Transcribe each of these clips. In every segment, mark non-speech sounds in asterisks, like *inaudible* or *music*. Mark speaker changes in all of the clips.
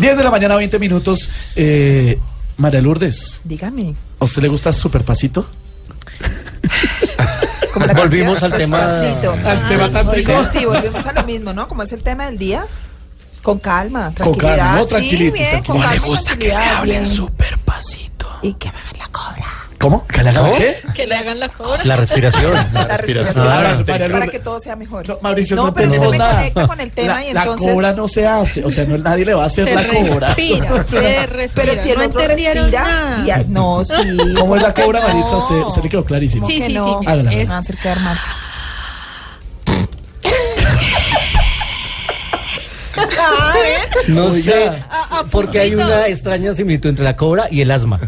Speaker 1: 10 de la mañana, 20 minutos. Eh, María Lourdes,
Speaker 2: Dígame.
Speaker 1: ¿a usted le gusta Superpacito?
Speaker 2: como la
Speaker 3: Volvimos
Speaker 2: canción,
Speaker 3: al tema-
Speaker 2: Despacito.
Speaker 1: al
Speaker 2: Ah,
Speaker 1: tema tan
Speaker 2: oiga,
Speaker 1: rico.
Speaker 2: Sí, volvimos a lo mismo, ¿no? Como es el tema del día. Con calma,
Speaker 1: Con
Speaker 2: tranquilidad.
Speaker 1: calma, no,
Speaker 2: sí,
Speaker 1: tranquilito,
Speaker 2: bien,
Speaker 1: tranquilo.
Speaker 2: con calma, tranquilidad, bien.
Speaker 1: Superpacito.
Speaker 2: Y que me hagan la cobra.
Speaker 1: ¿Cómo? ¿Que le haga
Speaker 3: ¿Cómo?
Speaker 1: qué?
Speaker 4: Que le hagan la cobra.
Speaker 3: La respiración.
Speaker 2: La respiración.
Speaker 1: Ah, María
Speaker 2: para,
Speaker 1: Lourdes.
Speaker 2: que todo sea mejor.
Speaker 1: No, Mauricio, no,
Speaker 2: pero
Speaker 1: tenemos
Speaker 2: usted me
Speaker 1: nada.
Speaker 2: conecta con el tema
Speaker 1: la,
Speaker 2: y
Speaker 1: la
Speaker 2: entonces... *laughs*
Speaker 1: cobra no se hace, o sea, no, nadie le va a hacer
Speaker 4: se
Speaker 1: la cobra.
Speaker 4: respira, se respira.
Speaker 2: Pero si el
Speaker 4: no
Speaker 2: otro
Speaker 4: entendieron
Speaker 2: respira...
Speaker 4: nada.
Speaker 2: y a- no, sí.
Speaker 1: ¿Cómo es la
Speaker 2: que
Speaker 1: cobra,
Speaker 2: no?
Speaker 1: Maritza? Usted, usted le quedó clarísimo.
Speaker 2: ¿Cómo
Speaker 4: Sí,
Speaker 2: que
Speaker 4: sí, sí,
Speaker 2: no?
Speaker 4: mire,
Speaker 1: Hágala,
Speaker 2: Me
Speaker 4: es-
Speaker 2: van a hacer quedar mal. Ah, ¿eh?
Speaker 3: No sé,
Speaker 4: A- a
Speaker 3: porque hay
Speaker 4: puntico.
Speaker 3: una extraña similitud entre la cobra y el asma.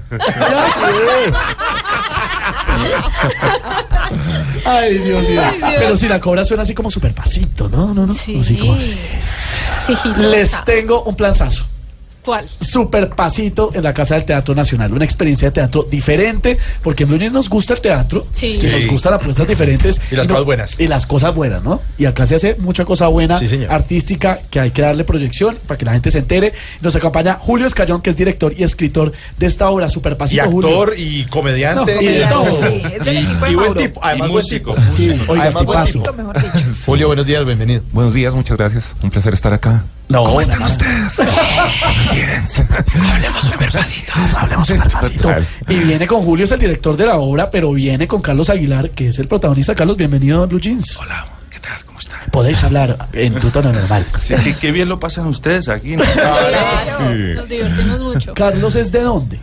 Speaker 1: Ay, Dios mío.
Speaker 4: Ay, Dios.
Speaker 1: Pero si la cobra suena así como superpacito, ¿no? No, no.
Speaker 4: Sí.
Speaker 1: Así como-
Speaker 4: Sigilosa.
Speaker 1: Les tengo un planzazo.
Speaker 4: ¿Cuál?
Speaker 1: Superpacito en la Casa del Teatro Nacional. Una experiencia de teatro diferente, porque en Lunes nos gusta el teatro.
Speaker 4: Sí.
Speaker 1: y nos gustan apuestas diferentes.
Speaker 5: Y las
Speaker 1: no-
Speaker 5: cosas buenas.
Speaker 1: Y las cosas buenas, ¿no? Y acá se hace mucha cosa buena,
Speaker 5: Sí, señor.
Speaker 1: artística, que hay que darle proyección para que la gente se entere. Nos acompaña Julio Escayón, que es director y escritor de esta obra,
Speaker 5: Y
Speaker 1: Superpacito.
Speaker 5: actor
Speaker 1: Julio.
Speaker 5: y comediante.
Speaker 1: No,
Speaker 5: y
Speaker 1: comediante,
Speaker 5: de todo. *laughs*
Speaker 1: sí,
Speaker 2: es del
Speaker 5: Y-
Speaker 2: equipo de
Speaker 5: y buen
Speaker 2: Mauro.
Speaker 5: tipo. Además,
Speaker 6: Y
Speaker 5: buen
Speaker 6: músico,
Speaker 5: tipo.
Speaker 1: Sí, oiga,
Speaker 5: Además, buen
Speaker 1: tipazo.
Speaker 5: tipo.
Speaker 2: mejor dicho.
Speaker 5: *laughs* Julio, buenos días, bienvenido.
Speaker 6: Buenos días, muchas gracias. Un placer estar acá.
Speaker 1: No, ¿Cómo están
Speaker 6: *laughs*
Speaker 1: Hablemos superpacito.
Speaker 6: Total.
Speaker 1: Y viene con Julio, es el director de la obra, pero viene con Carlos Aguilar, que es el protagonista. Carlos, bienvenido a Blue Jeans.
Speaker 6: Hola, ¿qué tal? ¿Cómo están?
Speaker 1: Podéis hablar en tu tono normal.
Speaker 6: Sí, qué, qué bien lo pasan ustedes aquí. ¿no?
Speaker 2: Claro.
Speaker 4: Nos divertimos mucho.
Speaker 1: Carlos es de dónde?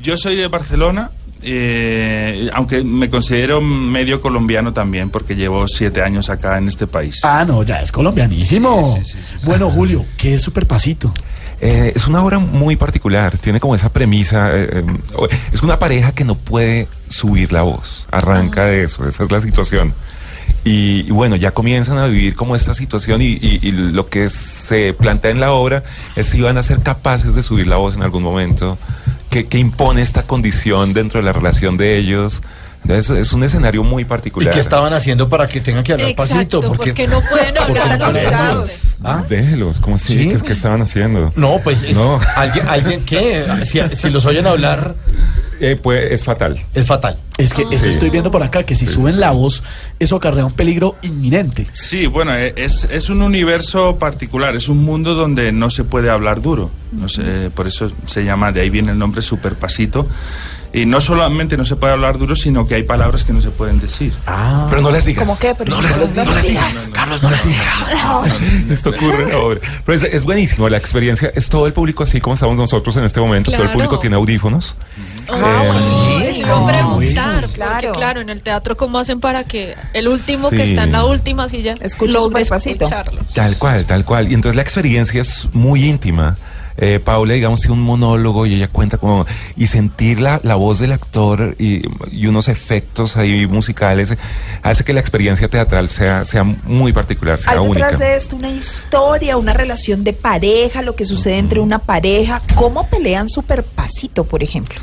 Speaker 6: Yo soy de Barcelona, eh, aunque me considero medio colombiano también, porque llevo siete años acá en este país.
Speaker 1: Ah, no, ya es colombianísimo.
Speaker 6: Sí, sí, sí, sí, sí.
Speaker 1: Bueno, Julio, ¿qué es superpacito?
Speaker 7: Eh, es una obra muy particular, tiene como esa premisa, eh, eh, es una pareja que no puede subir la voz, arranca de eso, esa es la situación. Y, y bueno, ya comienzan a vivir como esta situación y, y- y lo que se plantea en la obra es si van a ser capaces de subir la voz en algún momento, que, que impone esta condición dentro de la relación de ellos. Es, es un escenario muy
Speaker 5: ¿Y
Speaker 7: particular.
Speaker 5: qué estaban haciendo para que tengan que hablar pasito?
Speaker 4: Exacto, porque,
Speaker 5: Porque,
Speaker 4: no pueden hablar
Speaker 2: están
Speaker 4: no pueden hablar.
Speaker 2: obligados.
Speaker 5: ¿Ah?
Speaker 7: Déjelos, ¿cómo así?
Speaker 5: ¿Sí?
Speaker 7: ¿Qué, es- qué estaban haciendo?
Speaker 5: No, pues es-
Speaker 7: No.
Speaker 5: alguien, alguien que si, si los oyen hablar
Speaker 7: Eh, pues es fatal.
Speaker 5: es fatal.
Speaker 1: Es
Speaker 6: Ah,
Speaker 1: que eso
Speaker 7: Sí.
Speaker 1: estoy viendo por acá, que si suben la voz, eso acarrea un peligro inminente.
Speaker 6: Sí, bueno, eh, es, es un universo particular, es un mundo donde no se puede hablar duro. No sé, por eso se llama, de ahí viene el nombre superpasito. Y no solamente no se puede hablar duro, sino que hay palabras que no se pueden decir.
Speaker 5: Ah.
Speaker 7: Pero no les digas.
Speaker 2: ¿Cómo qué? Pero
Speaker 7: no
Speaker 2: no
Speaker 7: les,
Speaker 2: les
Speaker 7: no les digas. Carlos, no les digas. *laughs* Esto ocurre ahora. Pero es, es buenísimo la experiencia. Es todo el público así como estamos nosotros en este momento. Todo el
Speaker 4: Claro.
Speaker 7: público tiene audífonos.
Speaker 4: Ah,
Speaker 7: Eh,
Speaker 4: bueno, eso iba
Speaker 2: Ah,
Speaker 4: a preguntar,
Speaker 2: bueno,
Speaker 4: porque
Speaker 2: claro.
Speaker 4: claro, en el teatro cómo hacen para que el último que
Speaker 7: Sí.
Speaker 4: está en la última silla
Speaker 2: Escuche
Speaker 4: logre
Speaker 2: Superpacito.
Speaker 4: escucharlo.
Speaker 7: Tal cual, tal cual. Y entonces la experiencia es muy íntima. Eh, Paula, digamos, tiene un monólogo y ella cuenta como... Y sentir la, la voz del actor y, y unos efectos ahí musicales eh, hace que la experiencia teatral sea, sea muy particular, sea
Speaker 2: Hay
Speaker 7: única.
Speaker 2: detrás de esto una historia, una relación de pareja, lo que sucede entre una pareja, cómo pelean superpacito, por ejemplo.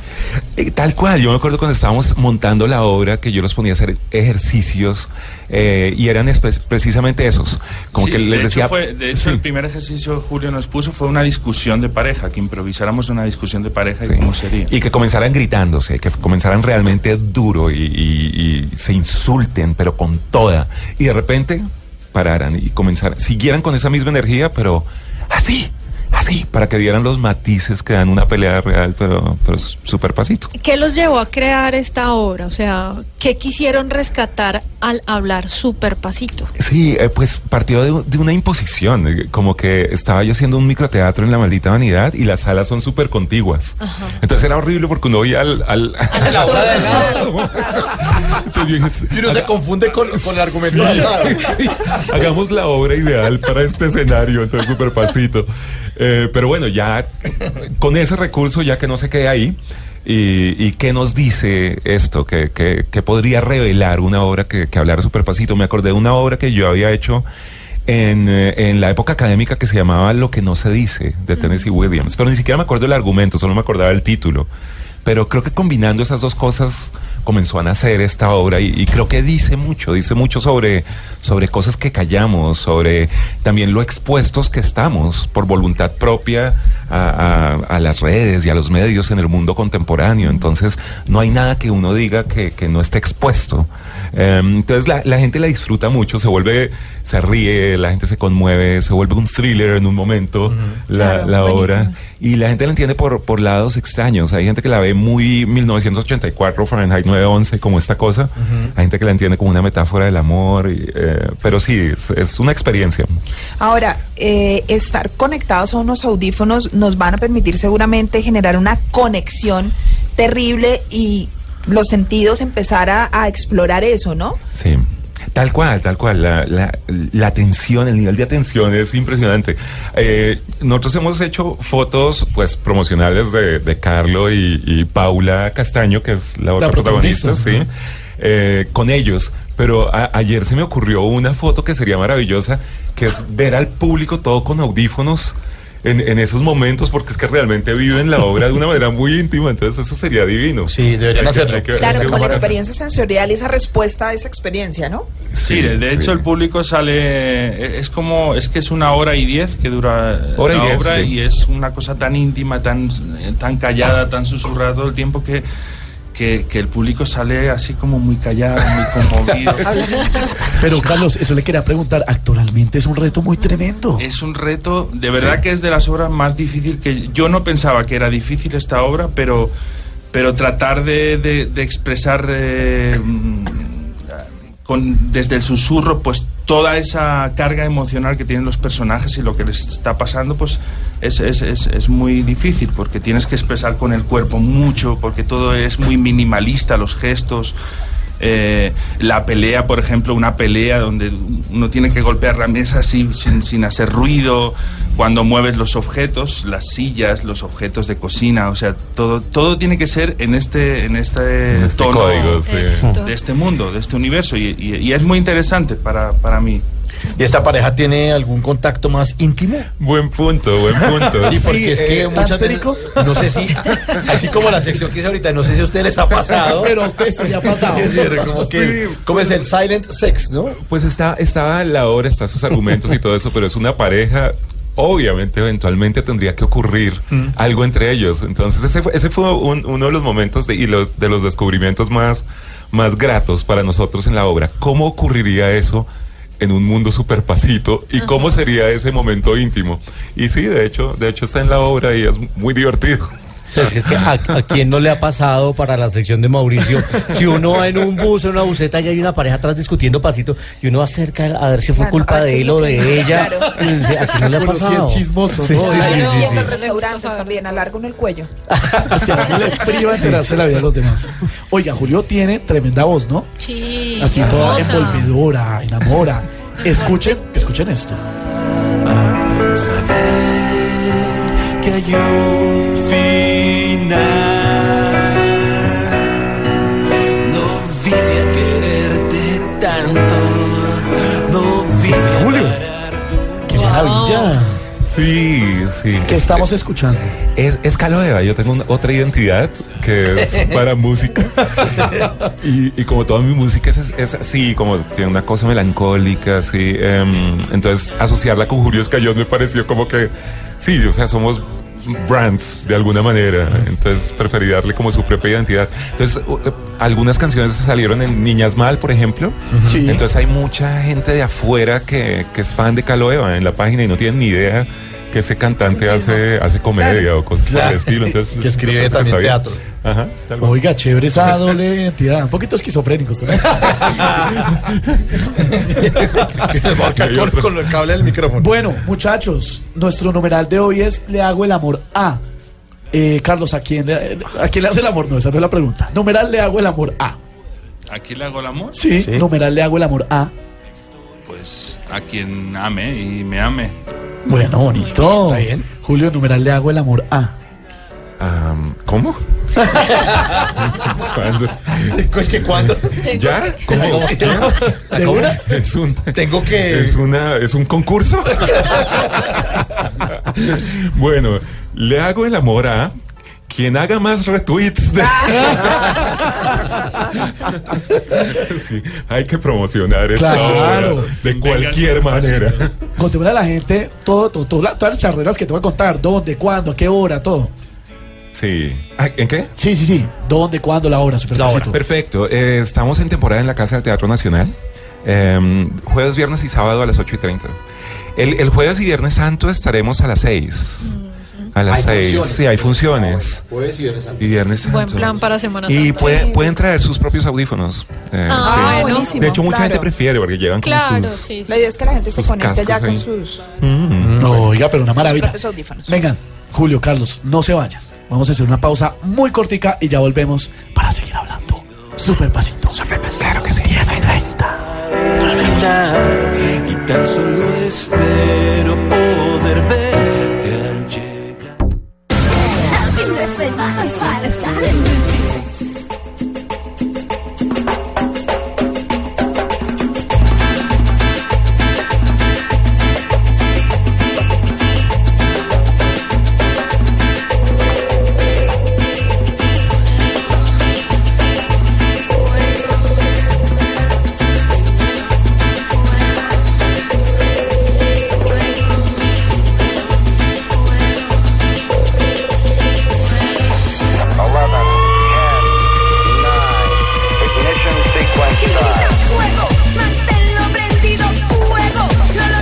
Speaker 7: Eh, Tal cual, yo me acuerdo cuando estábamos montando la obra que yo los ponía a hacer ejercicios eh, y eran espe- precisamente esos. Como
Speaker 6: Sí,
Speaker 7: que les
Speaker 6: de
Speaker 7: decía.
Speaker 6: Hecho fue- de hecho,
Speaker 7: Sí.
Speaker 6: el primer ejercicio que Julio nos puso fue una discusión de pareja, que improvisáramos una discusión de pareja y
Speaker 7: Sí.
Speaker 6: cómo sería.
Speaker 7: Y que comenzaran gritándose, que comenzaran realmente duro y, y- y se insulten, pero con toda. Y de repente pararan y comenzaran, siguieran con esa misma energía, pero así, así, para que dieran los matices que dan una pelea real, pero, pero súper pasito.
Speaker 4: ¿Qué los llevó a crear esta obra? O sea, ¿qué quisieron rescatar al hablar superpacito?
Speaker 7: Sí, eh, pues partió de, de una imposición, eh, como que estaba yo haciendo un microteatro en la maldita vanidad y las salas son súper contiguas. Entonces era horrible porque uno oía al... *laughs* al, a la
Speaker 5: sala de
Speaker 7: Entonces yo dije,
Speaker 5: Y uno se confunde con, con el argumento.
Speaker 7: Sí, sí. Hagamos la obra ideal para este escenario, entonces super pasito. Eh, pero bueno, ya con ese recurso, ya que no se quede ahí, y, y qué nos dice esto? que podría revelar una obra que, que hablara super pasito? Me acordé de una obra que yo había hecho en, eh, en la época académica que se llamaba Lo que no se dice de Tennessee Williams, pero ni siquiera me acuerdo el argumento, solo me acordaba el título. Pero creo que combinando esas dos cosas comenzó a nacer esta obra y, y creo que dice mucho, dice mucho sobre, sobre cosas que callamos, sobre también lo expuestos que estamos por voluntad propia a, a- a las redes y a los medios en el mundo contemporáneo. Entonces, no hay nada que uno diga que, que no esté expuesto. Eh, entonces, la, la gente la disfruta mucho, se vuelve, se ríe, la gente se conmueve, se vuelve un thriller en un momento la,
Speaker 2: Claro,
Speaker 7: la obra.
Speaker 2: buenísimo.
Speaker 7: Y la gente la entiende por, por lados extraños. Hay gente que la ve muy 1984, Fahrenheit 911, como esta cosa. Hay gente que la entiende como una metáfora del amor. y, eh, pero sí, es, es una experiencia.
Speaker 2: Ahora, eh, estar conectados a unos audífonos nos van a permitir seguramente generar una conexión terrible y los sentidos empezar a, a explorar eso, ¿no?
Speaker 7: Sí. Tal cual, tal cual. La, la, la atención, el nivel de atención es impresionante. Eh, nosotros hemos hecho fotos pues promocionales de, de Carlo y, y Paula Castaño, que es la otra protagonista,
Speaker 1: protagonista,
Speaker 7: sí,
Speaker 1: ajá.
Speaker 7: eh, con ellos. Pero a- ayer se me ocurrió una foto que sería maravillosa, que es ver al público todo con audífonos. En, en esos momentos, porque es que realmente viven la obra de una manera muy íntima, entonces eso sería divino.
Speaker 5: Sí, deberían
Speaker 7: Hay que-
Speaker 5: hacerlo.
Speaker 7: hay que- hay
Speaker 2: Claro,
Speaker 7: que
Speaker 2: con la
Speaker 7: buscar.
Speaker 2: experiencia sensorial y esa respuesta a esa experiencia,
Speaker 4: *laughs*
Speaker 2: ¿no?
Speaker 6: Sí, de, de
Speaker 7: sí.
Speaker 6: hecho el público sale, eh, es como, es que es una hora y diez que dura
Speaker 7: Hora y
Speaker 6: la
Speaker 7: diez,
Speaker 6: obra
Speaker 7: sí.
Speaker 6: y es una cosa tan íntima, tan, tan callada, tan susurrada todo el tiempo que, que, que el público sale así como muy callado, muy
Speaker 7: *laughs*
Speaker 6: conmovido.
Speaker 1: Pero Carlos, eso le quería preguntar, actualmente es un reto muy tremendo.
Speaker 6: Es un reto, de verdad que es de las obras más difícil que yo no pensaba que era difícil esta obra, pero, pero tratar de, de- de expresar eh, mm, con, desde el susurro, pues toda esa carga emocional que tienen los personajes y lo que les está pasando, pues es, es- es- es muy difícil, porque tienes que expresar con el cuerpo mucho, porque todo es muy minimalista, los gestos. eh, la pelea, por ejemplo, una pelea donde uno tiene que golpear la mesa así, sin, sin hacer ruido, cuando mueves los objetos, las sillas, los objetos de cocina, o sea, todo, todo tiene que ser en este, en este,
Speaker 7: En este
Speaker 6: tono
Speaker 7: código, sí.
Speaker 4: Texto.
Speaker 6: de este mundo, de este universo, y, y- y es muy interesante para, para mí.
Speaker 5: ¿Y esta pareja tiene algún contacto más íntimo?
Speaker 7: Buen punto, buen punto.
Speaker 5: Sí, porque es que
Speaker 7: eh,
Speaker 5: muchas veces,
Speaker 1: rico?
Speaker 5: no sé si, así como la sección que hice ahorita, no sé si a ustedes les ha pasado.
Speaker 1: Pero a ustedes sí le ha pasado.
Speaker 5: Es decir, como que, ¿cómo es el silent sex, no?
Speaker 7: Pues está, está la obra, está sus argumentos y todo eso, pero es una pareja. Obviamente, eventualmente tendría que ocurrir algo entre ellos. Entonces, ese fue, ese fue un- uno de los momentos de, y los, de los descubrimientos más, más gratos para nosotros en la obra. ¿Cómo ocurriría eso en un mundo superpasito y cómo sería ese momento íntimo? Y sí, de hecho, de hecho está en la obra y es muy divertido.
Speaker 3: Pero es que a, a quién no le ha pasado para la sección de Mauricio, si uno va en un bus o en una buseta y hay una pareja atrás discutiendo pasito y uno acerca a ver si fue
Speaker 2: Claro, a
Speaker 3: culpa
Speaker 2: ver qué
Speaker 3: de
Speaker 2: es
Speaker 3: él
Speaker 2: lo
Speaker 3: o
Speaker 2: que
Speaker 3: de
Speaker 2: dice,
Speaker 3: ella.
Speaker 2: claro.
Speaker 3: Pues, ¿A quién no le ha
Speaker 1: Pero sí es
Speaker 3: pasado?
Speaker 1: chismoso,
Speaker 3: Sí,
Speaker 1: ¿no?
Speaker 3: sí, sí,
Speaker 2: Claro,
Speaker 3: sí,
Speaker 2: y
Speaker 3: sí.
Speaker 2: en los
Speaker 4: gusta
Speaker 2: restaurantes
Speaker 4: saber.
Speaker 2: también, alargo en el cuello.
Speaker 1: Hacia uno
Speaker 6: *laughs*
Speaker 1: le priva enterarse la vida de los demás. Oiga, Julio tiene tremenda voz, ¿no?
Speaker 4: Sí,
Speaker 1: Así toda
Speaker 4: hermosa.
Speaker 1: envolvedora, enamora. Escuchen, escuchen esto.
Speaker 8: saber que hay un final. No vine a quererte tanto, no vine
Speaker 1: es Julio.
Speaker 8: a parar tu
Speaker 1: ¡Qué maravilla!
Speaker 7: Sí, sí.
Speaker 1: ¿Qué estamos escuchando?
Speaker 7: Es, es Calo Eva, yo tengo una- otra identidad que es para música. Y, y como toda mi música es, es así, como tiene una cosa melancólica, así. em, entonces, asociarla con Julio Escayón me pareció como que, sí, o sea, somos brands de alguna manera. Entonces, preferí darle como su propia identidad. Entonces, u- eh, algunas canciones salieron en Niñas Mal, por ejemplo.
Speaker 1: Sí.
Speaker 7: Entonces, hay mucha gente de afuera que, que es fan de Calo Eva en la página y no tienen ni idea que ese cantante hace, hace comedia o cosas por
Speaker 5: Claro.
Speaker 7: el estilo. Entonces,
Speaker 5: Que escribe
Speaker 7: entonces
Speaker 5: también
Speaker 7: está bien.
Speaker 5: teatro.
Speaker 7: Ajá, tal cual.
Speaker 1: Oiga, chévere esa doble identidad. Un poquito esquizofrénicos también.
Speaker 5: Marca
Speaker 7: Hay
Speaker 5: con,
Speaker 7: otro.
Speaker 5: con el cable del micrófono.
Speaker 1: Bueno, muchachos, nuestro numeral de hoy es Le hago el amor a. Eh, Carlos, ¿a quién, le, ¿a quién le hace el amor? No, esa no es la pregunta. Numeral le hago el amor a.
Speaker 6: Aquí le hago el amor,
Speaker 1: Sí,
Speaker 5: Sí.
Speaker 1: numeral le hago el amor a.
Speaker 6: pues a quien ame y me ame.
Speaker 1: Bueno, bonito.
Speaker 5: Está bien.
Speaker 1: Julio, numeral le hago el amor a.
Speaker 7: Am, *laughs* ¿Cómo? ¿Cuándo?
Speaker 5: Es pues que cuando
Speaker 7: ¿Ya? ¿Cómo?
Speaker 5: *laughs* ¿Segura?
Speaker 7: Es un,
Speaker 5: tengo que.
Speaker 7: es una, es un
Speaker 5: *laughs*
Speaker 7: concurso. bueno, le hago el amor a quien haga más retweets de- Sí, hay que promocionar esta
Speaker 1: Claro.
Speaker 7: obra de cualquier manera.
Speaker 1: Contémosle a la gente todo, todo, todo la- todas las charreras que te voy a contar, dónde, cuándo, a qué hora, todo.
Speaker 7: Sí. Ah, ¿En qué?
Speaker 1: Sí, sí, sí. ¿Dónde, cuándo, la hora, super pasito.
Speaker 7: Perfecto. Eh, estamos en temporada en la Casa del Teatro Nacional. eh, jueves, viernes y sábado a las 8 y 30. El, el jueves y viernes santo estaremos a las 6. A las 6. Sí, hay funciones.
Speaker 5: Jueves y viernes santo.
Speaker 7: Y viernes santo.
Speaker 4: Buen plan para Semana Santa.
Speaker 7: Y pueden, pueden traer sus propios audífonos. eh,
Speaker 4: Ah,
Speaker 7: sí.
Speaker 4: bueno.
Speaker 7: De hecho, mucha
Speaker 2: claro.
Speaker 7: gente prefiere porque llevan con
Speaker 4: Claro,
Speaker 7: sus-
Speaker 4: sí, sí.
Speaker 2: La idea es que la gente se
Speaker 7: Sus
Speaker 2: conecte ya
Speaker 7: cascos
Speaker 2: con
Speaker 7: ahí.
Speaker 2: sus
Speaker 7: Mm.
Speaker 1: No, oiga, pero una maravilla.
Speaker 2: propios audífonos.
Speaker 1: Vengan, Julio, Carlos, no se vayan. Vamos a hacer una pausa muy cortica y ya volvemos para seguir hablando. Super pasito. Super pasito. Claro que sí. 10 y 30.
Speaker 8: final y tan solo espero poder verte al llegar.
Speaker 9: Fuego, manténlo prendido, fuego. No lo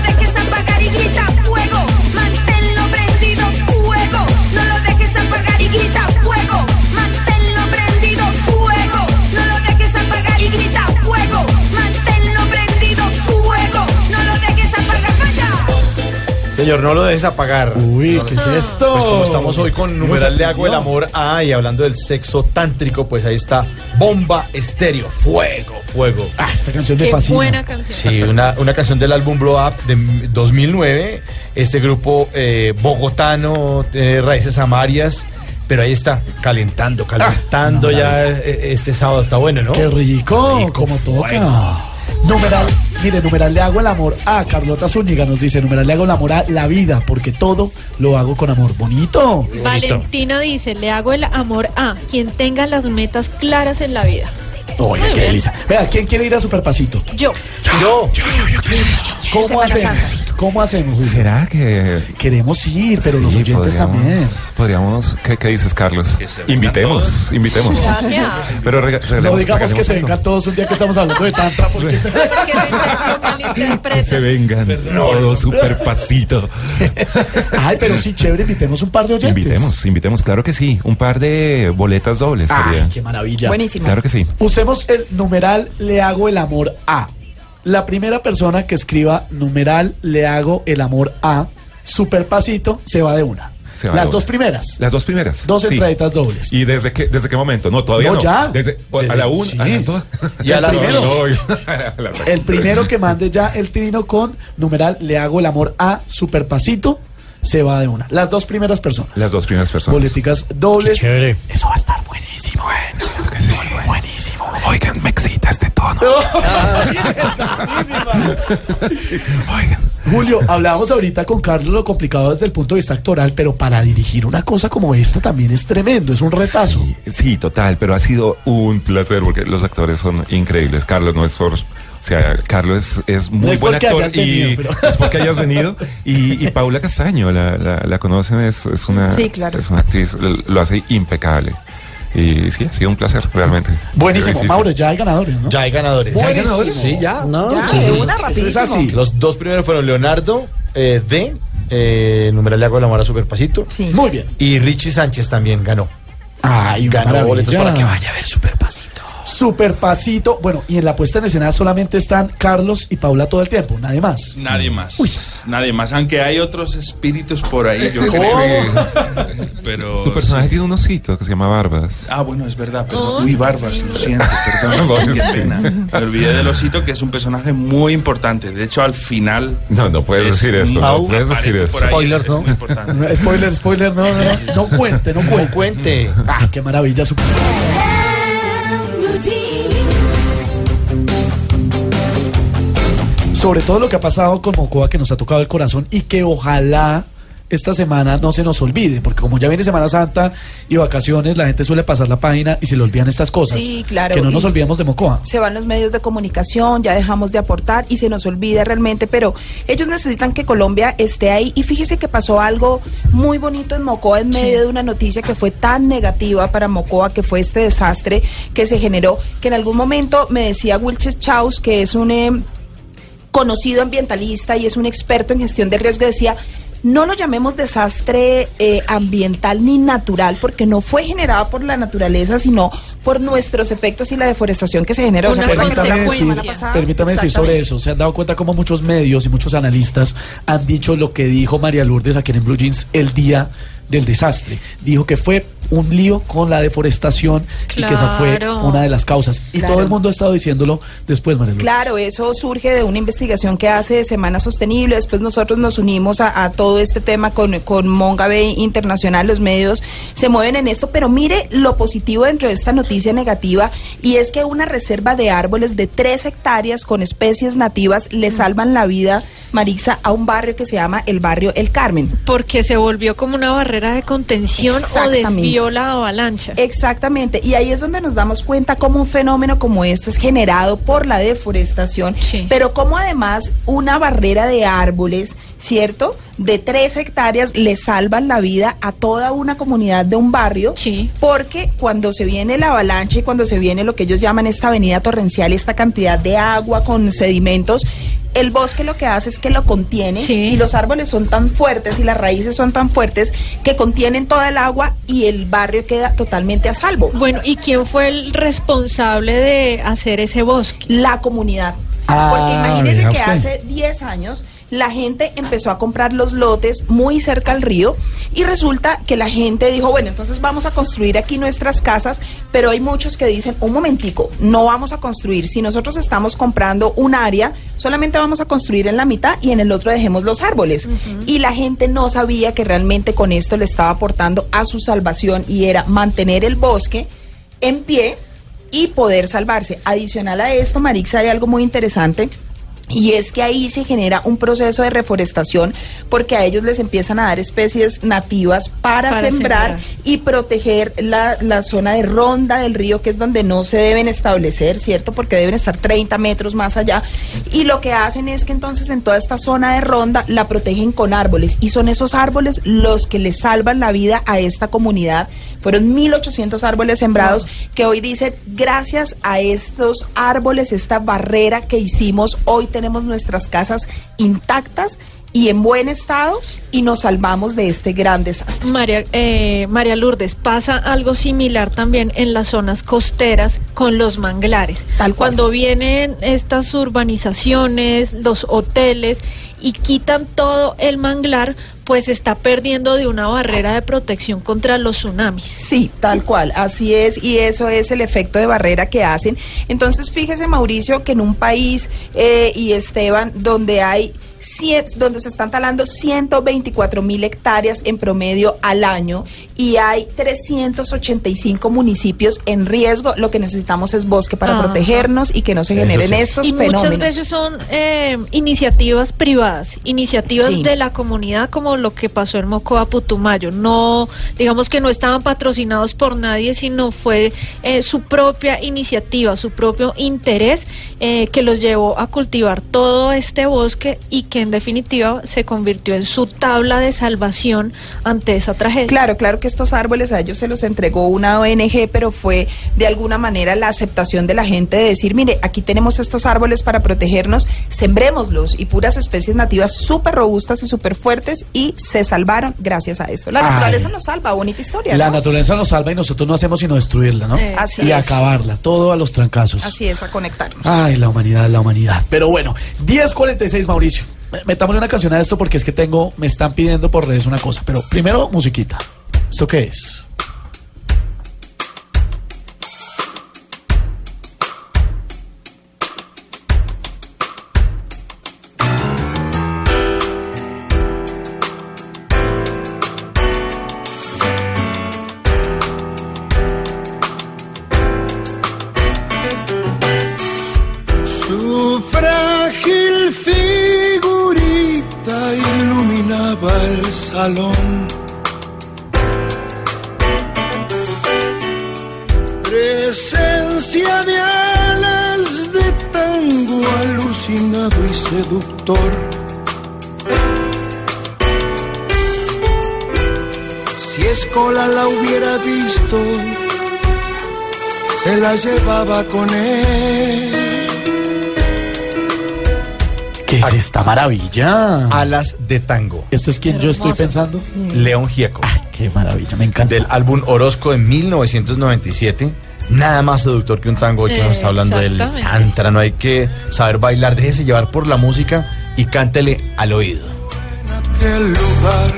Speaker 9: dejes apagar y grita fuego. Manténlo prendido, fuego. No lo dejes apagar y grita fuego. Manténlo prendido, fuego. No lo dejes apagar y grita fuego. Manténlo prendido, fuego. No lo dejes apagar, vaya.
Speaker 5: Señor, no lo dejes apagar.
Speaker 1: Uy, ¿qué
Speaker 4: Ah.
Speaker 1: es esto?
Speaker 5: Pues como estamos hoy con numeral de agua el
Speaker 1: Oh. No.
Speaker 5: amor ah, y hablando del sexo tántrico, pues ahí está Bomba Estéreo, fuego, fuego.
Speaker 1: Ah, esta canción me
Speaker 4: Qué
Speaker 1: fascina.
Speaker 4: buena canción.
Speaker 5: Sí, una, una canción del álbum Blow Up de 2009, este grupo eh, bogotano tiene raíces amarias, pero ahí está, calentando, calentando ya eh, este sábado, está bueno, ¿no?
Speaker 1: Ah, Qué rico,
Speaker 5: Rico,
Speaker 1: como toca.
Speaker 5: bueno.
Speaker 1: Numeral, mire, numeral le hago el amor a Carlota Zúñiga nos dice, numeral le hago el amor a la vida, porque todo lo hago con amor. Bonito.
Speaker 4: Valentina dice, le hago el amor a quien tenga las metas claras en la vida.
Speaker 1: Oiga,
Speaker 4: Muy
Speaker 1: qué
Speaker 4: bien.
Speaker 1: delicia. Vea, ¿quién quiere ir a Superpasito?
Speaker 4: Yo.
Speaker 3: Yo.
Speaker 1: ¿Cómo
Speaker 2: Semana
Speaker 1: hacemos? ¿Cómo hacemos, Julio?
Speaker 7: ¿Será que.?
Speaker 1: Queremos ir, pero los
Speaker 7: Sí,
Speaker 1: oyentes también.
Speaker 7: Podríamos. ¿Qué, qué dices, Carlos?
Speaker 6: Que se vengan
Speaker 7: Invitemos,
Speaker 6: todos.
Speaker 7: invitemos.
Speaker 4: Gracias.
Speaker 7: Pero rega-
Speaker 1: No
Speaker 7: regalemos-
Speaker 1: digamos que
Speaker 7: regalemos
Speaker 1: se
Speaker 7: algo.
Speaker 1: vengan todos un día que estamos hablando de tanta,
Speaker 7: *laughs*
Speaker 1: porque se-
Speaker 4: Que lo inter- lo malinterpreten.
Speaker 7: Que se vengan todo super pasito.
Speaker 1: Ay, pero sí, chévere, invitemos un par de oyentes.
Speaker 7: invitemos, invitemos, claro que sí. Un par de boletas dobles
Speaker 1: Ay,
Speaker 7: sería.
Speaker 1: qué maravilla.
Speaker 2: Buenísimo.
Speaker 7: Claro que sí.
Speaker 1: Usemos el numeral le hago el amor a. La primera persona que escriba numeral le hago el amor a, super pasito, se va de una.
Speaker 7: Se va
Speaker 1: Las
Speaker 7: de
Speaker 1: dos
Speaker 7: una.
Speaker 1: primeras.
Speaker 7: Las dos primeras.
Speaker 1: dos
Speaker 7: sí.
Speaker 1: entraditas dobles.
Speaker 7: ¿Y desde qué, desde qué momento? No, todavía
Speaker 1: No,
Speaker 7: no.
Speaker 1: ya.
Speaker 7: Desde, a la una,
Speaker 1: sí.
Speaker 7: a las dos.
Speaker 5: Y a las
Speaker 1: primero.
Speaker 7: *laughs* No, no, a las dos.
Speaker 1: El primero que mande ya el trino con numeral le hago el amor a, super pasito, se va de una. Las dos primeras personas.
Speaker 7: Las dos primeras personas. eh.
Speaker 1: Boleticas dobles.
Speaker 3: chévere.
Speaker 1: Eso va a estar buenísimo.
Speaker 7: Claro que sí.
Speaker 1: Buenísimo.
Speaker 7: Oigan, me excita este
Speaker 1: *laughs*
Speaker 7: tono. *laughs* Oigan.
Speaker 1: *laughs* Julio, hablábamos ahorita con Carlos lo complicado desde el punto de vista actoral, pero para dirigir una cosa como esta también es tremendo, es un retazo.
Speaker 7: Sí, total, pero ha sido un placer porque los actores son increíbles. Carlos no es por- O sea, Carlos es, es muy
Speaker 1: No es
Speaker 7: buen
Speaker 1: porque
Speaker 7: actor
Speaker 1: hayas
Speaker 7: y
Speaker 1: venido, pero-
Speaker 7: es porque hayas venido.
Speaker 1: *laughs*
Speaker 7: Y, y Paula Castaño, la, la- la conocen, es, es una,
Speaker 2: Sí, claro.
Speaker 7: es una actriz, l- lo hace impecable. Y sí, ha sido un placer, realmente.
Speaker 1: Buenísimo,
Speaker 7: Difícil.
Speaker 1: Mauro, ya hay ganadores, ¿no?
Speaker 5: *laughs* Ya hay ganadores.
Speaker 1: ¿Ya hay ganadores?
Speaker 5: Sí, ya.
Speaker 2: Ya,
Speaker 1: sí,
Speaker 2: de
Speaker 1: Ah, sí.
Speaker 2: una,
Speaker 1: Eso
Speaker 2: rapidísimo.
Speaker 1: es así.
Speaker 5: Los dos primeros fueron Leonardo eh, D, eh, numeral de agua el amor a Superpasito,
Speaker 2: Sí.
Speaker 1: Muy bien.
Speaker 5: y Richie Sánchez también ganó.
Speaker 1: Ay, una
Speaker 5: Ganó
Speaker 1: maravilla.
Speaker 5: boletos para que
Speaker 1: vaya a ver Superpasito. Superpasito. Bueno, y en la puesta en escena solamente están Carlos y Paula todo el tiempo, nadie más.
Speaker 6: Nadie más. Nadie más. Aunque hay otros espíritus por ahí, yo creo. Pero.
Speaker 7: Tu personaje tiene un osito que se llama Barbas.
Speaker 6: Ah, bueno, es verdad, perdón. Uy, Barbas, lo siento,
Speaker 7: Barbas,
Speaker 6: perdón. Qué
Speaker 7: sí.
Speaker 6: pena. Me olvidé del osito, que es un personaje muy importante. De hecho, al final.
Speaker 7: No, no puedes
Speaker 6: es
Speaker 7: decir eso,
Speaker 6: un-
Speaker 7: no puedes
Speaker 6: aparece
Speaker 7: decir eso.
Speaker 6: por ahí,
Speaker 3: Spoiler,
Speaker 6: es- es
Speaker 3: ¿no?
Speaker 6: muy importante.
Speaker 1: No, *laughs* Spoiler, spoiler, no, no, no, no cuente, no
Speaker 5: No
Speaker 1: cuente.
Speaker 5: cuente.
Speaker 1: Ah, qué maravilla. Super- Sobre todo lo que ha pasado con Mocoa, que nos ha tocado el corazón y que ojalá esta semana no se nos olvide, porque como ya viene Semana Santa y vacaciones, la gente suele pasar la página y se le olvidan estas cosas.
Speaker 2: Sí, claro,
Speaker 1: Que no nos
Speaker 2: y-
Speaker 1: olvidemos de Mocoa.
Speaker 2: se van los medios de comunicación, ya dejamos de aportar y se nos olvida realmente, pero ellos necesitan que Colombia esté ahí y fíjese que pasó algo muy bonito en Mocoa en medio de una noticia que fue tan negativa para Mocoa, que fue este desastre que se generó, que en algún momento me decía Wilches Chaus, que es un... em, conocido ambientalista y es un experto en gestión de riesgo, decía, no lo llamemos desastre eh, ambiental ni natural, porque no fue generado por la naturaleza, sino por nuestros efectos y la deforestación que se generó. O sea,
Speaker 4: Una
Speaker 2: fue la
Speaker 1: Permítame
Speaker 4: Permítame
Speaker 2: semana
Speaker 1: decir,
Speaker 4: consecuencia.
Speaker 2: pasada.
Speaker 1: permítame decir sobre
Speaker 2: Exactamente.
Speaker 1: eso. Se han dado cuenta como muchos medios y muchos analistas han dicho lo que dijo María Lourdes aquí en Blue Jeans el día del desastre. Dijo que fue un lío con la deforestación y que esa fue
Speaker 4: Claro.
Speaker 1: una de las causas. Y
Speaker 2: Claro.
Speaker 1: todo el mundo ha estado diciéndolo después, María Lourdes.
Speaker 2: Claro, eso surge de una investigación que hace Semana Sostenible. Después nosotros nos unimos a, a todo este tema con, con Monga Bay Internacional. Los medios se mueven en esto, pero mire lo positivo dentro de esta noticia negativa y es que una reserva de árboles de tres hectáreas con especies nativas le salvan la vida, Marisa, a un barrio que se llama el barrio El Carmen.
Speaker 4: Porque se volvió como una barrera de contención o
Speaker 2: Exactamente.
Speaker 4: desvió la avalancha.
Speaker 2: Exactamente, y ahí es donde nos damos cuenta cómo un fenómeno como esto es generado por la deforestación,
Speaker 4: Sí.
Speaker 2: pero cómo además una barrera de árboles, ¿cierto? De tres hectáreas le salvan la vida a toda una comunidad de un barrio,
Speaker 4: Sí.
Speaker 2: porque cuando se viene la avalancha y cuando se viene lo que ellos llaman esta avenida torrencial, esta cantidad de agua con sedimentos, el bosque lo que hace es que lo contiene
Speaker 4: Sí.
Speaker 2: y los árboles son tan fuertes y las raíces son tan fuertes que contienen toda el agua y el barrio queda totalmente a salvo.
Speaker 4: Bueno, ¿y quién fue el responsable de hacer ese bosque?
Speaker 2: La comunidad.
Speaker 1: Ah,
Speaker 2: Porque imagínense
Speaker 1: vea
Speaker 2: que
Speaker 1: usted.
Speaker 2: hace 10 años la gente empezó a comprar los lotes muy cerca al río y resulta que la gente dijo, bueno, entonces vamos a construir aquí nuestras casas, pero hay muchos que dicen, un momentico, no vamos a construir. Si nosotros estamos comprando un área, solamente vamos a construir en la mitad y en el otro dejemos los árboles. Y la gente no sabía que realmente con esto le estaba aportando a su salvación y era mantener el bosque en pie y poder salvarse. Adicional a esto, Marixa, hay algo muy interesante. Y es que ahí se genera un proceso de reforestación porque a ellos les empiezan a dar especies nativas para,
Speaker 4: Para
Speaker 2: sembrar,
Speaker 4: sembrar.
Speaker 2: y proteger la, la zona de ronda del río, que es donde no se deben establecer, ¿cierto? Porque deben estar 30 metros más allá. Y lo que hacen es que entonces en toda esta zona de ronda la protegen con árboles y son esos árboles los que le salvan la vida a esta comunidad. Fueron 1.800 árboles sembrados que hoy dicen, gracias a estos árboles, esta barrera que hicimos, hoy tenemos nuestras casas intactas y en buen estado y nos salvamos de este gran desastre.
Speaker 4: María, eh, María Lourdes, pasa algo similar también en las zonas costeras con los manglares.
Speaker 2: Tal cual.
Speaker 4: Cuando vienen estas urbanizaciones, los hoteles y quitan todo el manglar, pues está perdiendo de una barrera de protección contra los tsunamis.
Speaker 2: Sí, tal cual, así es, y eso es el efecto de barrera que hacen. Entonces, fíjese, Mauricio, que en un país, eh, y Esteban, donde hay cien- donde se están talando 124 mil hectáreas en promedio al año y hay 385 municipios en riesgo, lo que necesitamos es bosque para
Speaker 4: Ajá.
Speaker 2: protegernos y que no se
Speaker 5: Eso
Speaker 2: generen
Speaker 5: sí.
Speaker 2: estos
Speaker 4: Ah. Y
Speaker 2: fenómenos.
Speaker 4: muchas veces son eh, iniciativas privadas, iniciativas
Speaker 2: Sí.
Speaker 4: de la comunidad como lo que pasó en Mocoa Putumayo. No, digamos que no estaban patrocinados por nadie, sino fue eh, su propia iniciativa, su propio interés eh, que los llevó a cultivar todo este bosque y que en definitiva se convirtió en su tabla de salvación ante esa tragedia.
Speaker 2: Claro, claro que estos árboles a ellos se los entregó una ONG, pero fue de alguna manera la aceptación de la gente de decir, mire, aquí tenemos estos árboles para protegernos, sembrémoslos y puras especies nativas súper robustas y súper fuertes y se salvaron gracias a esto. La
Speaker 1: Ay.
Speaker 2: naturaleza nos salva, bonita historia.
Speaker 1: La
Speaker 2: ¿no?
Speaker 1: naturaleza nos salva y nosotros no hacemos sino destruirla, ¿no?
Speaker 4: Eh,
Speaker 2: Así
Speaker 1: y
Speaker 2: es.
Speaker 1: acabarla, todo a los trancazos.
Speaker 2: Así es, a conectarnos.
Speaker 1: Ay, la humanidad, la humanidad. Pero bueno, 10.46, Mauricio. Me- Metámosle una canción a esto porque es que tengo, me están pidiendo por redes una cosa. Pero primero, musiquita. ¿Esto qué es?
Speaker 8: Su frágil figurita iluminaba el salón. Presencia de alas de tango alucinado y seductor. Si Escola la hubiera visto, se la llevaba con él.
Speaker 1: ¿Qué es esta maravilla?
Speaker 5: Alas de Tango,
Speaker 1: ¿Esto es quien yo estoy
Speaker 4: Hermoso.
Speaker 1: pensando?
Speaker 5: León Gieco,
Speaker 1: Ah, qué maravilla, me encanta.
Speaker 5: del álbum Orozco de 1997. Nada más seductor que un tango, hoy que nos está hablando del
Speaker 4: Exactamente.
Speaker 5: tantra. No hay que saber bailar, déjese llevar por la música y cántele al oído.
Speaker 8: aquel lugar.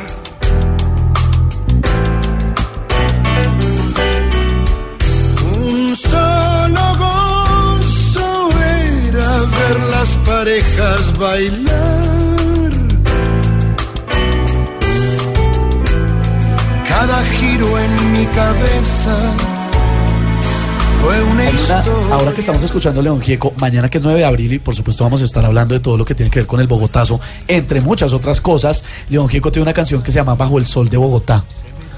Speaker 8: Un solo gozo era ver las parejas bailar. Cada giro en mi cabeza fue una
Speaker 1: Hay una-
Speaker 8: historia.
Speaker 1: ahora que estamos escuchando a León Gieco, mañana que es 9 de abril y por supuesto vamos a estar hablando de todo lo que tiene que ver con el Bogotazo, entre muchas otras cosas, León Gieco tiene una canción que se llama Bajo el Sol de Bogotá.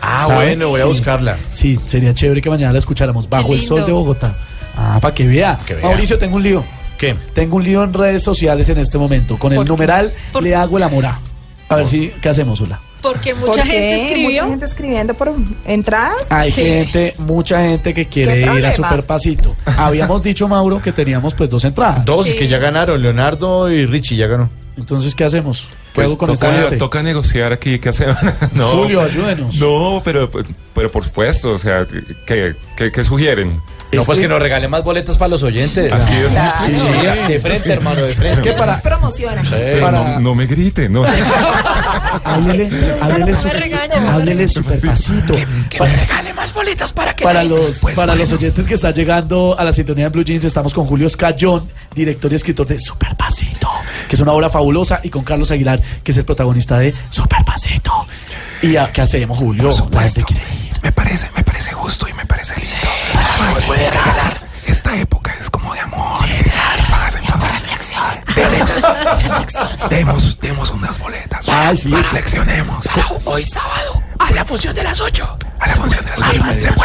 Speaker 5: Ah,
Speaker 1: ¿Sabes?
Speaker 5: bueno, voy a
Speaker 1: Sí.
Speaker 5: buscarla.
Speaker 1: Sí, sería chévere que mañana la escucháramos Bajo el Sol
Speaker 4: lindo.
Speaker 1: de Bogotá. Ah, para que vea.
Speaker 5: Que vea.
Speaker 1: Mauricio, tengo un lío.
Speaker 5: ¿Qué?
Speaker 1: Tengo un lío en redes sociales en este momento. Con el numeral
Speaker 4: ¿Por
Speaker 1: le hago la mora. A ver si, ¿qué hacemos, Ula?
Speaker 4: Porque mucha
Speaker 2: ¿Por
Speaker 4: gente
Speaker 2: qué?
Speaker 4: escribió.
Speaker 2: Mucha gente escribiendo por entradas.
Speaker 1: Hay
Speaker 4: Sí.
Speaker 1: gente, mucha gente que
Speaker 2: ¿Qué
Speaker 1: quiere ir a
Speaker 2: problema?
Speaker 1: Superpasito. Habíamos dicho, Mauro, que teníamos pues dos entradas.
Speaker 5: Dos
Speaker 4: Sí.
Speaker 5: que ya ganaron, Leonardo y Richie ya ganó.
Speaker 1: Entonces, ¿qué hacemos? ¿Qué
Speaker 5: Pues,
Speaker 1: hago con esta
Speaker 7: Pues toca,
Speaker 1: gente?
Speaker 7: toca negociar aquí, ¿qué hacemos? *laughs* No.
Speaker 1: Julio, ayúdenos.
Speaker 7: No, pero, pero por supuesto, o sea, ¿qué, qué- qué sugieren?
Speaker 5: No,
Speaker 1: Es
Speaker 5: pues
Speaker 1: que-
Speaker 5: que nos regalen más boletos para los oyentes.
Speaker 7: Así es.
Speaker 2: Claro.
Speaker 5: Sí, sí, de frente, hermano, de frente.
Speaker 1: Es que
Speaker 2: Eso es
Speaker 1: para...
Speaker 2: promoción.
Speaker 5: Eh,
Speaker 7: Pero
Speaker 1: para-
Speaker 7: no, no me griten, *laughs* no.
Speaker 1: Háblele, háblele,
Speaker 4: me
Speaker 1: su-
Speaker 4: regañen, no me
Speaker 1: háblele superpasito. Para- para los, para los oyentes que están llegando a la sintonía de Blue Jeans, estamos con Julio Escayón, director y escritor de Superpasito, que es una obra fabulosa, y con Carlos Aguilar, que es el protagonista de Superpasito. ¿Y a, qué hacemos, Julio? Pues, La gente quiere ir.
Speaker 7: Me parece, me parece justo y me parece lindo. Además, Esta época es como de amor. y de paz, entonces, demos, demos, demos unas boletas.
Speaker 1: Ay, sí.
Speaker 7: Reflexionemos. Hoy sábado, a la función de las 8. A la función de las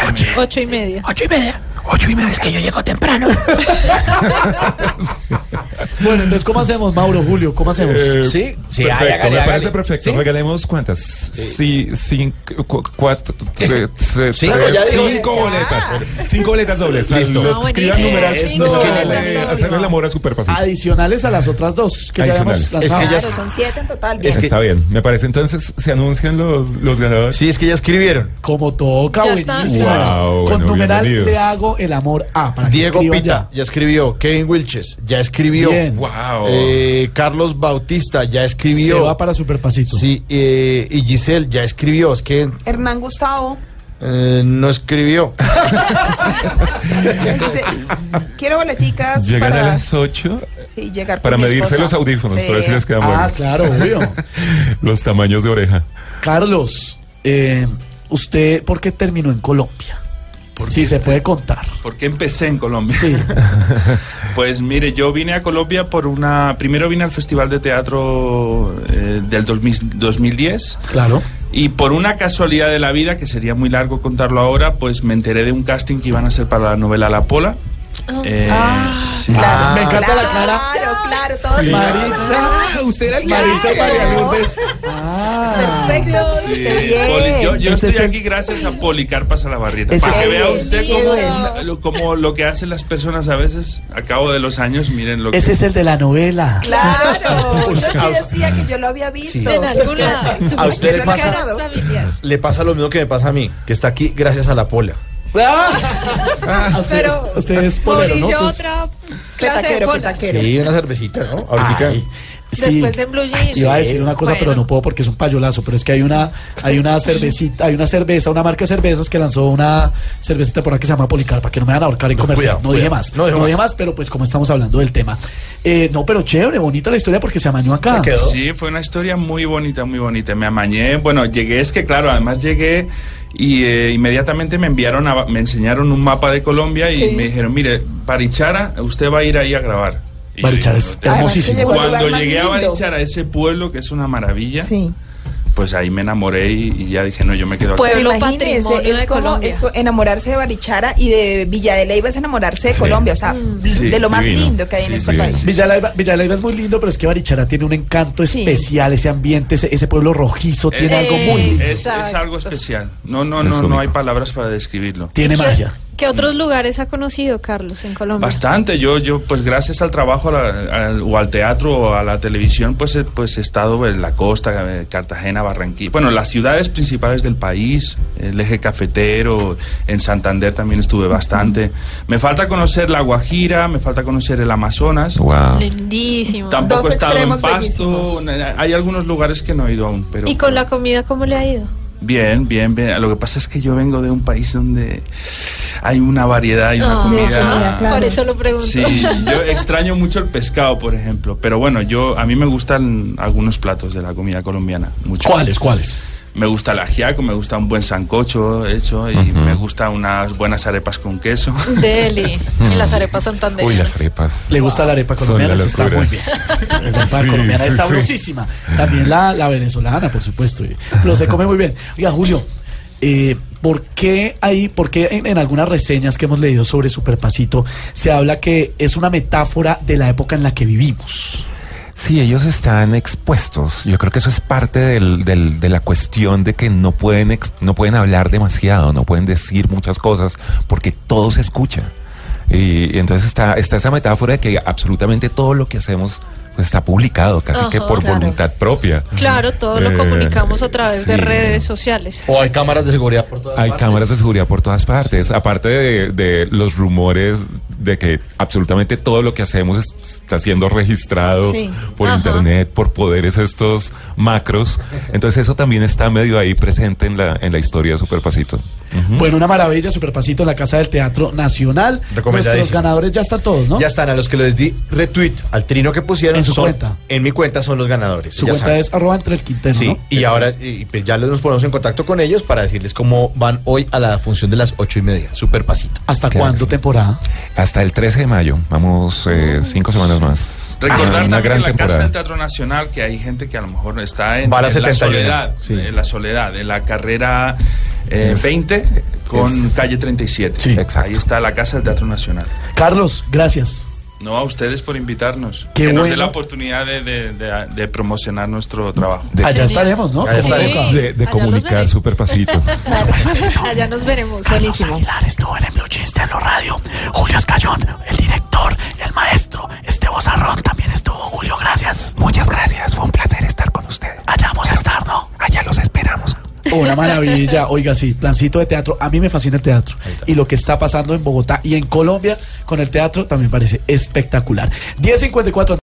Speaker 7: 8.
Speaker 4: Ocho y media.
Speaker 7: Ocho y media. Ocho y media. Es que yo llego temprano.
Speaker 1: Bueno, entonces, ¿cómo hacemos, Mauro, Julio? ¿Cómo hacemos?
Speaker 5: Sí, sí,
Speaker 7: Eh, perfecto,
Speaker 5: hágale,
Speaker 7: me
Speaker 5: hágale.
Speaker 7: parece perfecto.
Speaker 5: Sí.
Speaker 7: Regalemos cuántas. Sí, cinco, cu- cuatro, tre- tre-
Speaker 5: Cinco,
Speaker 7: tres,
Speaker 5: ya dijo.
Speaker 7: cinco boletas. Cinco boletas
Speaker 5: *laughs*
Speaker 7: dobles.
Speaker 5: Listo.
Speaker 7: Los
Speaker 4: Ah,
Speaker 7: que escriban
Speaker 4: buenísimo.
Speaker 7: numeral
Speaker 1: Eso.
Speaker 7: cinco,
Speaker 1: Cinco
Speaker 7: le-
Speaker 4: boletas
Speaker 7: hacerle
Speaker 4: dobles.
Speaker 7: el amor es súper fácil.
Speaker 1: Adicionales a las otras dos que ya habíamos
Speaker 7: Adicionales.
Speaker 1: lanzado.
Speaker 5: Es que ya-
Speaker 2: Claro, son siete en total.
Speaker 5: Es
Speaker 2: bien.
Speaker 5: que-
Speaker 7: Está bien, me parece. Entonces, ¿se anuncian los, los ganadores?
Speaker 5: Sí, es que ya escribieron.
Speaker 1: Como toca,
Speaker 4: Ya está.
Speaker 1: buenísimo.
Speaker 7: Wow,
Speaker 1: Con
Speaker 7: bueno,
Speaker 1: numeral
Speaker 7: bienvenidos.
Speaker 1: le hago el amor a. Para que
Speaker 5: Diego
Speaker 1: escriban
Speaker 5: Pita ya.
Speaker 1: ya.
Speaker 5: escribió, Kevin Wilches ya escribió,
Speaker 1: Bien.
Speaker 7: Wow.
Speaker 5: Eh, Carlos Bautista ya
Speaker 1: Se va
Speaker 5: escribió,
Speaker 1: para Superpasito.
Speaker 5: sí, eh, y Giselle ya escribió, es que
Speaker 2: Hernán Gustavo
Speaker 5: eh, no escribió.
Speaker 2: él dice, quiero boleticas
Speaker 7: Llegan a
Speaker 2: para
Speaker 7: las 8
Speaker 2: sí, llegar con
Speaker 7: para
Speaker 2: mi
Speaker 7: medirse
Speaker 2: esposa".
Speaker 7: los audífonos,
Speaker 2: Sí.
Speaker 7: para ver si les quedan
Speaker 1: Ah,
Speaker 7: buenos.
Speaker 1: claro, obvio.
Speaker 7: Los tamaños de oreja.
Speaker 1: Carlos, eh, ¿usted por qué terminó en Colombia? Si se puede contar.
Speaker 6: ¿Por qué empecé en Colombia?
Speaker 1: Sí.
Speaker 6: *laughs* Pues mire, yo vine a Colombia por una... Primero vine al Festival de Teatro eh, del 2000 2010
Speaker 1: Claro.
Speaker 6: y por una casualidad de la vida, que sería muy largo contarlo ahora, pues me enteré de un casting que iban a hacer para la novela La Pola. Eh, sí.
Speaker 2: Claro,
Speaker 1: Ah, me encanta la
Speaker 2: claro,
Speaker 1: cara.
Speaker 2: Claro, claro, todos
Speaker 1: Maritza,
Speaker 7: usted era el
Speaker 1: Maritza María Lourdes. Ah.
Speaker 2: perfectos.
Speaker 6: Sí, Poli-
Speaker 2: bien.
Speaker 6: yo yo
Speaker 1: Este
Speaker 6: estoy
Speaker 1: es el-
Speaker 6: aquí gracias a Policarpa Salabarrieta.
Speaker 1: Ese
Speaker 6: Para
Speaker 1: es
Speaker 6: que
Speaker 1: el-
Speaker 6: vea usted
Speaker 4: Qué
Speaker 6: cómo,
Speaker 4: bueno.
Speaker 6: lo, cómo lo que hacen las personas a veces a cabo de los años, miren lo que...
Speaker 1: Ese es el de la novela.
Speaker 2: *laughs* Claro, yo sí decía que yo lo había visto.
Speaker 4: En alguna
Speaker 5: A usted le pasa-
Speaker 4: casa familiar.
Speaker 5: Le pasa lo mismo que me pasa a mí, que está aquí gracias a la pola.
Speaker 1: Ah, usted,
Speaker 4: Pero-
Speaker 1: es- usted es polero, ¿no? Usted
Speaker 4: Mauricio,
Speaker 1: es-
Speaker 4: otra clase de
Speaker 2: Petaquero,
Speaker 4: cola.
Speaker 2: petaquero.
Speaker 5: Sí, una cervecita, ¿no? Ahorita.
Speaker 1: Ay, sí.
Speaker 4: Después de Blue Jeans.
Speaker 1: Iba a decir una cosa, pero
Speaker 4: Bueno.
Speaker 1: no puedo porque es un payolazo. Pero es que hay una, hay
Speaker 4: *laughs*
Speaker 1: una cervecita, hay una cerveza, una marca de cervezas que lanzó una cervecita por acá que se llama Policarpa, que no me van a ahorcar en comercial.
Speaker 5: cuidado,
Speaker 1: no dije
Speaker 5: cuidado.
Speaker 1: más.
Speaker 5: No
Speaker 1: No
Speaker 5: dije
Speaker 1: dije
Speaker 5: más.
Speaker 1: más, pero pues como estamos hablando del tema. Eh, no, pero chévere, bonita la historia porque se amañó acá.
Speaker 5: Se quedó.
Speaker 6: Sí, fue una historia muy bonita, muy bonita. Me amañé. Bueno, llegué, es que claro, además llegué y eh, inmediatamente me enviaron, a- me enseñaron un mapa de Colombia y
Speaker 4: Sí.
Speaker 6: me dijeron, mire, Barichara, usted va a ir ahí a grabar. Y yo
Speaker 1: Barichara
Speaker 6: dije,
Speaker 1: es
Speaker 6: "No,
Speaker 1: hermosísimo.
Speaker 6: te-
Speaker 2: Además,
Speaker 6: Cuando
Speaker 2: el lugar más
Speaker 6: llegué a
Speaker 2: lindo.
Speaker 6: Barichara, ese pueblo que es una maravilla,
Speaker 2: Sí.
Speaker 6: pues ahí me enamoré y, y ya dije, no, yo me quedo aquí.
Speaker 4: Pueblo
Speaker 2: Imagínese, es
Speaker 4: patrimonio de
Speaker 2: como
Speaker 4: Colombia.
Speaker 2: es co- enamorarse de Barichara y de Villa de Leyva es enamorarse de
Speaker 7: Sí.
Speaker 2: Colombia, o sea,
Speaker 6: Sí,
Speaker 2: de lo más
Speaker 7: divino.
Speaker 2: lindo que hay en
Speaker 7: Sí,
Speaker 2: este
Speaker 7: sí,
Speaker 2: país.
Speaker 7: sí.
Speaker 1: Villalaiba, Villalaiba es muy lindo, pero es que Barichara tiene un encanto
Speaker 2: Sí.
Speaker 1: especial, ese ambiente, ese, ese pueblo rojizo tiene
Speaker 6: Eh,
Speaker 1: algo muy
Speaker 4: eh,
Speaker 1: lindo.
Speaker 6: es, es
Speaker 4: Exacto.
Speaker 6: algo especial. No, no, no,
Speaker 7: Es
Speaker 6: no
Speaker 7: único.
Speaker 6: hay palabras para describirlo.
Speaker 1: Tiene
Speaker 4: ¿Qué-
Speaker 1: magia.
Speaker 4: ¿Qué otros lugares ha conocido Carlos en Colombia?
Speaker 6: Bastante, yo, yo pues gracias al trabajo a la- al- o al teatro o a la televisión, pues, he- pues he estado en la costa, eh, Cartagena, Barranquilla, bueno, las ciudades principales del país, el eje cafetero, en Santander también estuve bastante. Me falta conocer la Guajira, me falta conocer el Amazonas.
Speaker 7: Wow.
Speaker 4: Lindísimo.
Speaker 6: Tampoco
Speaker 2: Dos
Speaker 6: he estado en
Speaker 2: extremos
Speaker 6: Pasto, eh, hay algunos lugares que no he ido aún, pero...
Speaker 4: ¿Y con la comida cómo le ha ido?
Speaker 6: Bien, bien, bien. Lo que pasa es que yo vengo de un país donde hay una variedad y una
Speaker 4: Ah,
Speaker 6: comida.
Speaker 2: comida, claro.
Speaker 4: Por eso lo pregunto. *laughs*
Speaker 6: Sí, *laughs* yo extraño mucho el pescado, por ejemplo. Pero bueno, yo a mí me gustan algunos platos de la comida colombiana. Mucho.
Speaker 1: ¿Cuáles? ¿Cuáles?
Speaker 6: Me gusta el ajiaco, me gusta un buen sancocho hecho y
Speaker 7: Ujú. Ah,
Speaker 6: me gusta unas buenas arepas con queso.
Speaker 10: Deli. Y las arepas santandereanas.
Speaker 7: Uy, las arepas.
Speaker 1: Le gusta la arepa
Speaker 7: Son
Speaker 1: colombiana,
Speaker 7: la
Speaker 1: sí está
Speaker 7: locura.
Speaker 1: muy bien. La arepa
Speaker 7: Sí,
Speaker 1: colombiana es
Speaker 7: sí, sí.
Speaker 1: sabrosísima. También la, la venezolana, por supuesto. y Lo se come muy bien. Oiga, Julio, eh, ¿por qué hay, por qué en, en algunas reseñas que hemos leído sobre Superpasito se habla que es una metáfora de la época en la que vivimos?
Speaker 7: Sí, ellos están expuestos. Yo creo que eso es parte del- del- de la cuestión de que no pueden, ex- no pueden hablar demasiado, no pueden decir muchas cosas porque todo se escucha. Y, y entonces está, está esa metáfora de que absolutamente todo lo que hacemos pues, está publicado, casi que
Speaker 4: Ajá,
Speaker 7: por
Speaker 4: claro.
Speaker 7: voluntad propia.
Speaker 4: Claro, todo
Speaker 7: Eh,
Speaker 4: lo comunicamos a través de
Speaker 7: sí.
Speaker 4: redes sociales.
Speaker 5: O hay cámaras de seguridad por todas
Speaker 7: Hay
Speaker 5: partes.
Speaker 7: cámaras de seguridad por todas partes, aparte de, de los rumores de que absolutamente todo lo que hacemos es- está siendo registrado
Speaker 2: Sí.
Speaker 7: por
Speaker 4: Ajá.
Speaker 7: internet, por poderes estos macros. Entonces eso también está medio ahí presente en la, en la historia de Superpasito. Mm.
Speaker 1: Bueno, una maravilla, Superpasito en la Casa del Teatro Nacional.
Speaker 5: Recomendadísimo.
Speaker 1: Nuestros ganadores ya están todos, ¿no?
Speaker 5: Ya están, a los que les di retweet al trino que pusieron.
Speaker 1: En su
Speaker 5: son-
Speaker 1: cuenta.
Speaker 5: En mi cuenta son los ganadores.
Speaker 1: Su
Speaker 5: ya
Speaker 1: cuenta
Speaker 5: saben.
Speaker 1: es arroba entre el quintero,
Speaker 5: Sí,
Speaker 1: ¿no?
Speaker 5: y ahora y, pues, ya nos ponemos en contacto con ellos para decirles cómo van hoy a la función de las ocho y media. Super pasito.
Speaker 1: ¿Hasta
Speaker 7: Claro
Speaker 1: cuándo
Speaker 7: que sí.
Speaker 1: temporada?
Speaker 7: Hasta el 13 de mayo, vamos eh, cinco semanas más.
Speaker 6: *laughs* Recordar
Speaker 7: Una
Speaker 6: también
Speaker 7: gran
Speaker 6: en la Casa
Speaker 7: temporada.
Speaker 6: del Teatro Nacional que hay gente que a lo mejor está en,
Speaker 5: Va a la
Speaker 6: en la
Speaker 5: 71,
Speaker 6: soledad,
Speaker 5: sí.
Speaker 6: en la soledad, en la carrera eh,
Speaker 7: Es-
Speaker 6: 20 con
Speaker 7: es-
Speaker 6: calle 37.
Speaker 7: Sí. Exacto.
Speaker 6: Ahí está la Casa del Teatro Nacional.
Speaker 1: Carlos, gracias.
Speaker 6: No, a ustedes por invitarnos.
Speaker 1: Qué
Speaker 6: que nos dé
Speaker 1: bueno.
Speaker 6: la oportunidad de, de- de- de promocionar nuestro trabajo.
Speaker 7: De-
Speaker 1: Allá estaremos, ¿no?
Speaker 5: Allá
Speaker 1: Como
Speaker 5: estaremos.
Speaker 1: nunca.
Speaker 4: Sí.
Speaker 7: De, de
Speaker 4: Allá los
Speaker 7: comunicar
Speaker 4: veré.
Speaker 7: Superpasito.
Speaker 4: *laughs* Allá nos veremos.
Speaker 1: Carlos Aguilar estuvo en el Blue Jeans de Blue Radio. Julio Escayón, el director, el maestro. Este Arrón también estuvo. Julio, gracias. Muchas gracias. Fue un placer estar con ustedes. Allá vamos a estar, ¿no? Allá los esperamos. Una maravilla, oiga, sí, plancito de teatro. A mí me fascina el teatro. Y lo que está pasando en Bogotá y en Colombia con el teatro también parece espectacular. 10.54.